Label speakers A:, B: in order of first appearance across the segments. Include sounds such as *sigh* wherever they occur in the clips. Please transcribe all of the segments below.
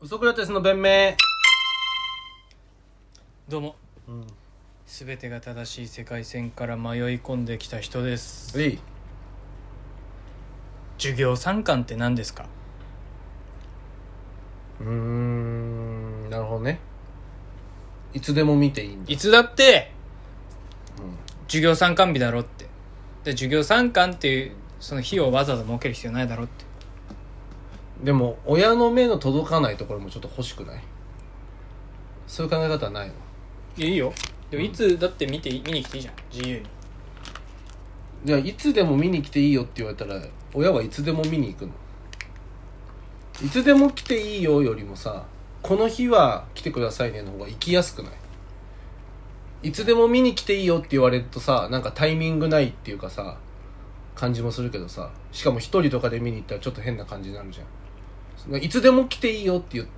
A: ウソクラテスの弁明
B: どうも
A: うん
B: 全てが正しい世界線から迷い込んできた人です
A: えい
B: 授業参観って何ですか
A: うーんなるほどねいつでも見ていいんだ
B: いつだって
A: うん
B: 授業参観日だろってで授業参観っていうその日をわざわざ設ける必要ないだろって
A: でも親の目の届かないところもちょっと欲しくないそういう考え方はないの
B: いやいいよでもいつだって見て見に来ていいじゃん自由に
A: じゃあいつでも見に来ていいよって言われたら親はいつでも見に行くのいつでも来ていいよよりもさこの日は来てくださいねの方が行きやすくないいつでも見に来ていいよって言われるとさなんかタイミングないっていうかさ感じもするけどさしかも一人とかで見に行ったらちょっと変な感じになるじゃんそのいつでも来ていいよっていう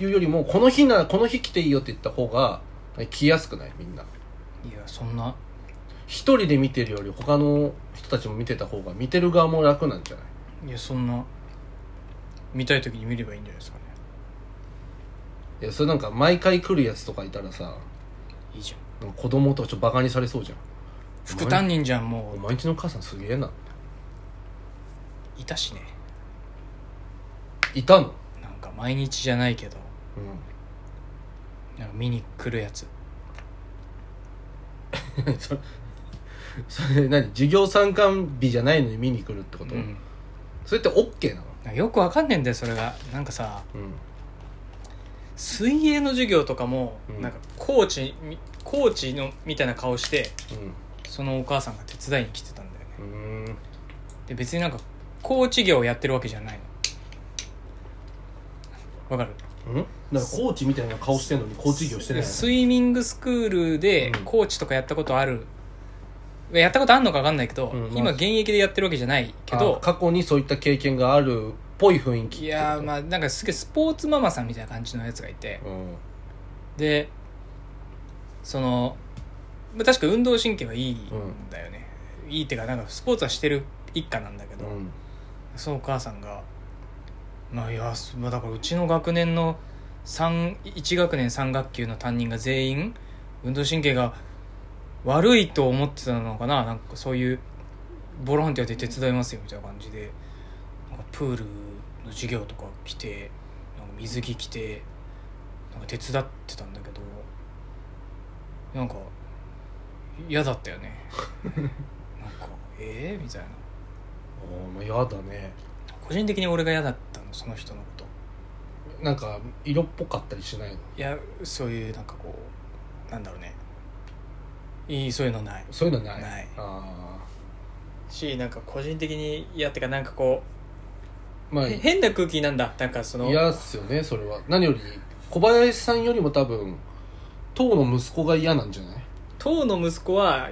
A: いうよりもこの日なこの日来ていいよって言った方が来やすくないみんない
B: やそんな
A: 一人で見てるより他の人たちも見てた方が見てる側も楽なんじゃない
B: いやそんな見たい時に見ればいいんじゃないですかね
A: いやそれなんか毎回来るやつとかいたらさ
B: いいじゃん
A: なんか子供とかちょっとバカにされそうじゃん
B: 副担任じゃ
A: 「
B: んも
A: お前んちの母さんすげえな
B: ういたしね」
A: いたの
B: なんか毎日じゃないけど
A: う
B: なんか見に来るやつ
A: んそれそれ何授業参観日じゃないのに見に来るってこと、
B: うん
A: それって OK なの
B: なんかよくわかんねえんだよそれがなんかさ
A: うん
B: 水泳の授業とかも、
A: うん
B: なんかコーチみコーチのみたいな顔してそのお母さんが手伝いに来てたんだよね
A: うんうーん
B: で別になんかコーチ業をやってるわけじゃないのわかる
A: うんなんかコーチみたいな顔してんのにコーチ業してないの
B: スイミングスクールで
A: うん
B: コーチとかやったことある、やったことあるのかわかんないけど、
A: うんまあ
B: 今現役でやってるわけじゃないけど
A: あ過去にそういった経験があるっぽい雰囲気って
B: い
A: い
B: やーま
A: あ
B: あなんかすげえスポーツママさんみたいな感じのやつがいて、
A: うん
B: でそのまあ確か運動神経はいいんだよね、いいっていうかなんかスポーツはしてる一家なんだけど、
A: うん
B: そのお母さんがまあいやすまあだからうちの学年の1学年3学級の担任が全員運動神経が悪いと思ってたのかななんかそういうボランティアで手伝いますよみたいな感じでなんかプールの授業とか来てなんか水着着てなんか手伝ってたんだけどなんか嫌だったよねなんかええみたいな
A: おーまあやだね
B: 個人的に俺が嫌だったのその人のこと
A: なんか色っぽかったりしないの
B: いやそういうなんかこうなんだろうねいいそういうのない
A: そういうのない
B: ない
A: あ
B: しなんか個人的に嫌ってかなんかこ
A: ーま
B: う、
A: あ
B: へ変な空気なんだなんかその
A: 嫌っすよねそれは何より小林さんよりも多分当の息子が嫌なんじゃない
B: 当の息子は、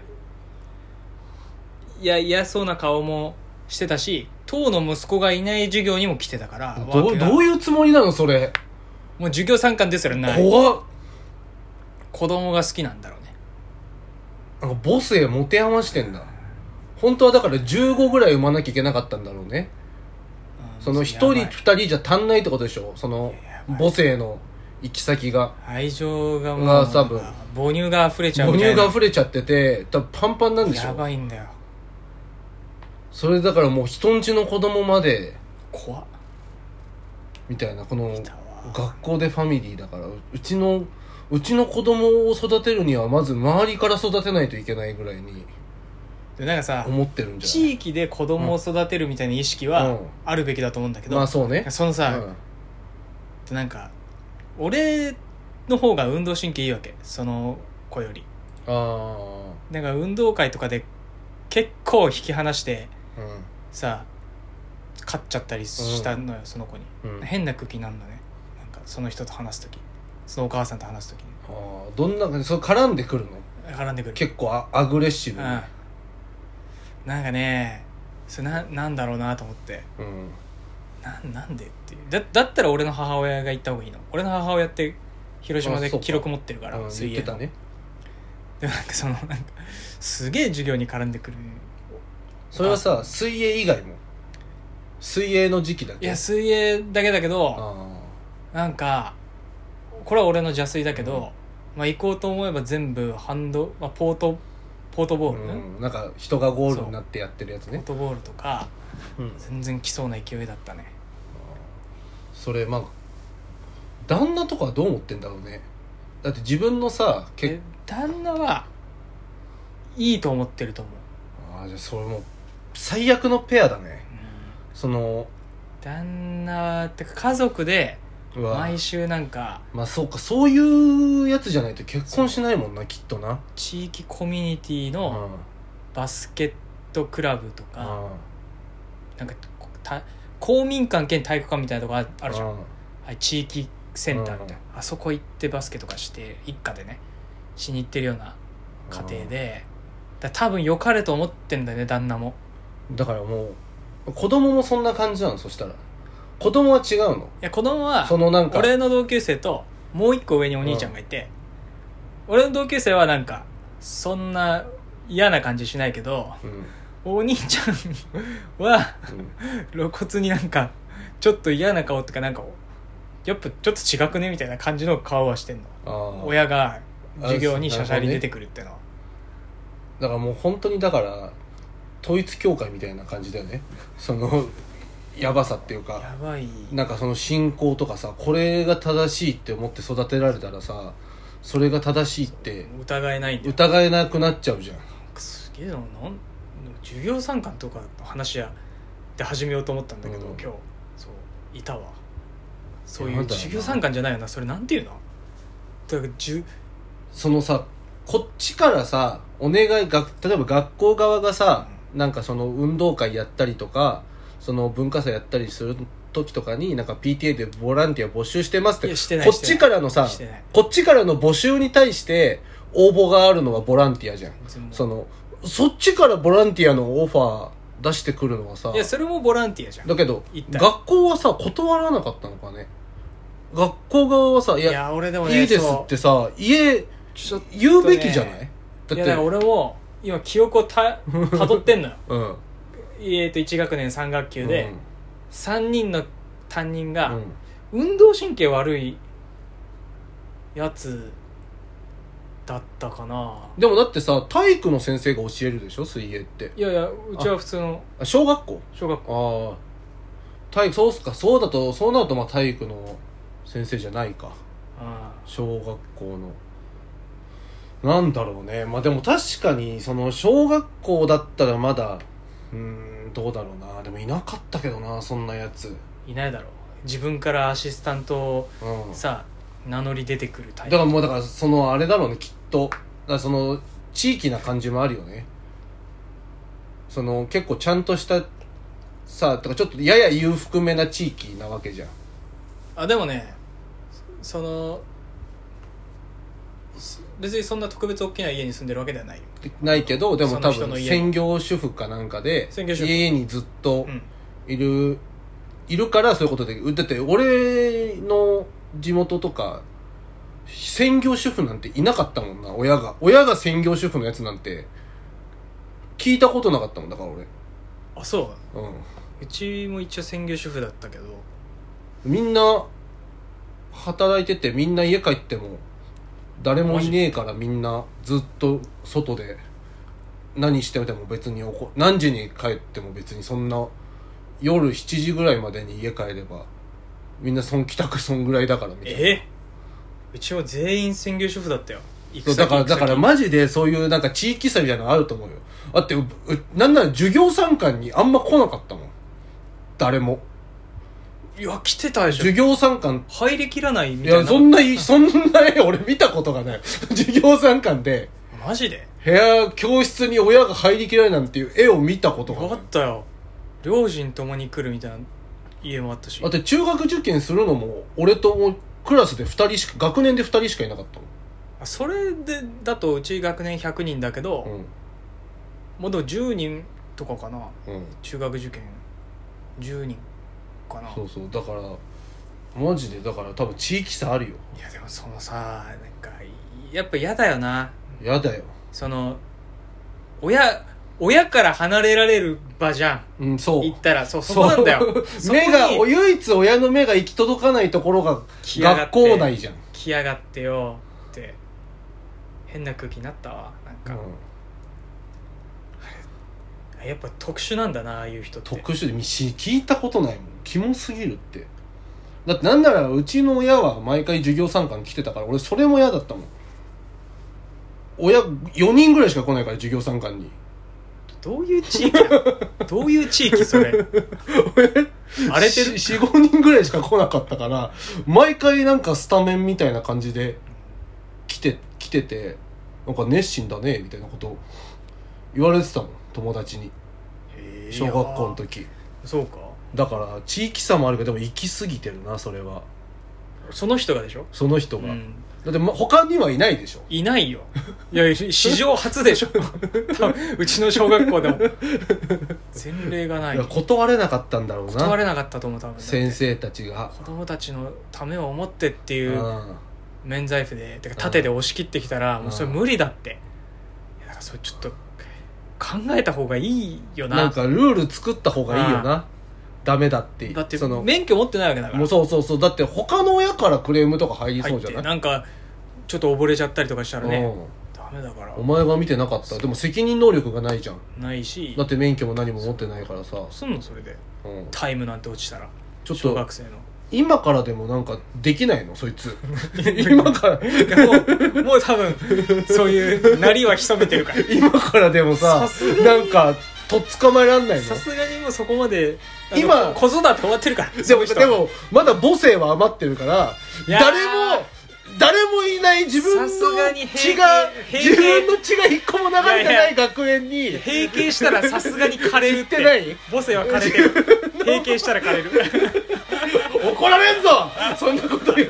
B: いや、嫌そうな顔もしてたし、当の息子がいない授業にも来てたから、
A: どう
B: わけが
A: どういうつもりなのそれ
B: もう授業参観ですらない。
A: 怖っ
B: 子供が好きなんだろうね。
A: なんか母性持て余してんだ本当はだから15ぐらい産まなきゃいけなかったんだろうね
B: うん
A: その1人
B: や
A: 2
B: ばい
A: 人じゃ足んないってことでしょその
B: やばい
A: 母性の行き先が
B: 愛情が
A: う
B: もう
A: わ、多分
B: 母乳が溢れちゃう
A: 母
B: みた
A: 乳
B: いな。
A: が溢れちゃってて多分パンパンなんでし
B: や
A: ょ
B: ばいんだよ。
A: それだからもう人んちの子供まで
B: 怖っ。
A: みたいなこの
B: たわ
A: 学校でファミリーだからううちのうちの子供を育てるにはまず周りから育てないといけないぐらいに
B: で、なんかさ、
A: 思ってるんじ
B: 地域で子供を育てるみたいな意識
A: う
B: は
A: ん
B: あるべきだと思うんだけ
A: ゃ
B: ど、
A: ないまあそうね
B: その
A: う
B: さ、なんか俺の方が運動神経いいわけその子より
A: ん、あ
B: なんか運動会とかで結構引き離して
A: あ
B: さ勝っちゃったりしたのよ、その子に、
A: うん、うん、あ
B: 変な空気になるのねなんかその人と話す時そのお母さんと話す時に
A: あどんな感じそれ絡んでくるの
B: 絡んでくる
A: 結構アアグレッシ
B: うん
A: ブに
B: なんかねそれななんだろうなと思って
A: うん
B: ななんでっていうだだったら俺の母親が行った方がいいの俺の母親って広島
A: あ
B: で
A: そうか
B: 記録持ってるから
A: あの
B: 水
A: 言っ
B: 泳
A: て
B: の
A: たね
B: でもなんかそのなんかすげえ授業に絡んでくる
A: それはさ水泳以外も水泳の時期だけ
B: いや水泳だけだけど
A: あ
B: なんかこれは俺の邪推だけど、まあ、行こうと思えば全部ハンド、まあ、ポートポートボール、
A: うん、なんか人がゴールになってやってるやつ
B: ポー
A: ね
B: トボールとか
A: そ,、
B: 全然来そうな勢いだったね
A: れまあ旦那とかはどう思ってんだろうねだって自分のさ
B: で
A: け
B: 旦那はいいと思ってると思う、
A: ああじゃあそれもう最悪のペアだねその
B: 旦那ってか家族で
A: うわ
B: 毎週なんか
A: まあそうかそういうやつじゃないと結婚しないもんなきっとな
B: 地域コミュニティ
A: う
B: の
A: ん
B: バスケットクラブと
A: う
B: か、
A: ん
B: なんかこた公民館兼体育館みたいなとこああるじゃん、
A: うん
B: はい、地域センターみたいな、あそこ行ってバスケとかして一家でねしに行ってるような家庭で、だ多分良かれと思ってんだよね旦那も
A: だからもう子供もそんな感じなのそしたら子供は違うの
B: いや子供は
A: そのなんか
B: 俺の同級生ともう一個上にお兄ちゃんがいて、俺の同級生はなんかそんな嫌な感じしないけど
A: うんうん
B: お兄ちゃんは露骨になんかちょっと嫌な顔っていうかなんかやっぱちょっと違くねみたいな感じの顔はしてんの
A: ああ
B: 親が授業にしゃしゃり出てくるっていうのは、
A: だからもう本当にだから統一教会みたいな感じだよねそのやばさっていうか
B: やばい
A: なんかその信仰とかさこれが正しいって思って育てられたらさそれが正しいって
B: 疑えないんだよ
A: 疑えなくなっちゃうじゃん
B: すげえななん授業参観とかの話やで始めようと思ったんだけど、
A: うん
B: 今日そういたわそうい
A: や
B: う
A: だよな
B: 授業参観じゃないよなそれなんていうのだからじゅ
A: そのさこっちからさお願いが例えば学校側がさ、なんかその運動会やったりとかその文化祭やったりする時とかになんか PTA でボランティア募集してますっ
B: い
A: て
B: やしてない
A: こっちからのさ
B: してない
A: こっちからの募集に対して応募があるのはボランティアじゃん
B: 別にもう
A: そのそっちからボランティアのオファー出してくるのはさ
B: いやそれもボランティアじゃんい
A: だけど
B: 一体
A: 学校はさ断らなかったのかね学校側はさい
B: や
A: や
B: 俺でもね
A: いいです
B: そう
A: ってさ家
B: ちょっとね
A: 言うべきじゃない
B: いやだから俺も今記憶を *laughs* たどってんのよ
A: うん
B: えーと1学年3学級で、3人の担任
A: う
B: が、
A: ん
B: 運動神経悪いやつだったかな
A: でもだってさ体育の先生が教えるでしょ水泳って
B: いやいやうちは普通の
A: あ小学校
B: 小学
A: あ
B: 校
A: あ体育そうっすかそうだとそうなるとまあ体育の先生じゃないか
B: あ
A: 小学校のなんだろうねまあでも確かにその小学校だったらまだうーんどうだろうなでもいなかったけどなそんなやつ
B: いないだろう自分からアシスタントを
A: うん
B: さ名乗り出てくる
A: だ
B: タイ
A: から
B: プ
A: もうだからそのあれだろうねきっとだからその地域な感じもあるよねその結構ちゃんとしたさだからちょっとやや裕福めな地域なわけじゃん
B: あでもねそのす別にそんな特別大きな家に住んでるわけではないよ
A: でないけどでも多
B: その人の
A: 分
B: 家
A: 専業主婦かなんかで
B: 専業主婦
A: 家にずっと
B: うん
A: いる、いるからそういうことでうだって俺の地元とか専業主婦なんていなかったもんな親が親が専業主婦のやつなんて聞いたことなかったもんだから俺
B: あそ
A: うん
B: ううちも一応専業主婦だったけど
A: みんな働いててみんな家帰っても誰もいねえからみんなずっと外で何してても別におこ何時に帰っても別にそんな夜7時ぐらいまでに家帰ればみんなそん帰宅そんぐらいだからみたいな。
B: えうちは全員専業主婦だったよ行
A: そう
B: 先
A: だから、
B: 行
A: だ
B: 先
A: からマジでそういうなんか地域差みたいなのあると思うよ。だって、ううなんなら授業参観にあんま来なかったもん。誰も。
B: いや来てたでしょ
A: 授業参観
B: 入りきらない
A: い
B: みたいな
A: や、そんな、そんな絵俺見たことがない。 *laughs* 授業参観で、
B: マジで
A: 部屋、教室に親が入りきらないなんていう絵を見たことが
B: 分
A: な
B: か
A: い
B: っ。たよ両親ともに来るみたいな家もあったし
A: だって中学受験するのも、俺ともクラスで二人しか、学年で二人しかいなかった
B: あそれでだとうち学年100人だけど、
A: もん。
B: もうでも10人とかかな
A: うん。うん。
B: 中学受験10人かな
A: そうそう。だから、マジで、だから多分地域差あるよ。
B: いやでもそのさなんかやっぱ嫌だよな
A: やだよ。
B: その親親から離れられる場じゃん
A: うんそう
B: 行ったらそうそこなんだよ
A: そう目が
B: そこに
A: 唯一親の目が行き届かないところが
B: 来やがっ
A: 学
B: て
A: 校内じゃん
B: 来やがってよって変な空気になったわなんか、
A: うん
B: やっぱ特殊なんだなああいう人って
A: 特殊でみし聞いたことないもんキモすぎるってだってなんならうちの親は毎回授業参観来てたから俺それも嫌だったもん親4人ぐらいしか来ないから授業参観に
B: どういう
A: *laughs*
B: 地域だどういう地域それ荒れてる
A: 45人ぐらいしか来なかったから毎回なんかスタメンみたいな感じで来て来ててなんか熱心だねみたいなことを言われてたもん友達に小学校の時
B: そうか
A: だから地域差もあるけどでも行き過ぎてるなそれは
B: その人がでしょ、
A: その人
B: う
A: が、
B: ん、
A: だってま他にはいないでしょ
B: いないよいや史上初で
A: *laughs*
B: しょ多分うちの小学校でも前例がない
A: いや断れなかったんだろうな
B: 断れなかったと思う多分
A: 先生たちが
B: 子供たちのためを思ってっていう
A: うん
B: 免罪符でてか縦で押し切ってきたら
A: うん
B: もうそれ無理だっていやだからそれちょっと考えた方がいいよな
A: なんかルール作った方がいいよなダメだって
B: だって
A: その
B: 免許持ってないわけだから
A: もうそうそうそうだって他の親からクレームとか入りそ
B: 入っ
A: うじゃ
B: て
A: ない
B: なんかちょっと溺れちゃったりとかしたらね
A: う
B: ダメだから
A: んお前が見てなかったでも責任能力がないじゃん
B: ないし
A: だって免許も何も持ってないからさ、
B: すんのそれで
A: うん
B: タイムなんて落ちたら
A: ちょっ
B: 小
A: と
B: 学生の
A: 今からでもなんかできないのそい
B: *laughs*
A: つ今から
B: もうもう
A: *laughs*
B: 多分そういうなりは潜めてるから
A: 今からでもさ
B: さすがに
A: なんかとっ捕まえらんないの
B: さすがにもうそこまであの
A: 今
B: 子育て終わってるから
A: で
B: *laughs* その
A: も、
B: 人
A: でも、まだ母性は余ってるから、
B: いやー
A: 誰も、誰もいない自分
B: さすがに
A: の
B: 平気
A: 血が、
B: 平気
A: 自分の血が一個も流れて
B: いや
A: ないい学園に、
B: 閉経したらさすがに枯れるって
A: 言ってない
B: 母性
A: *laughs*
B: は枯れてる閉経したら枯れる
A: 怒られんぞそんなこと言っ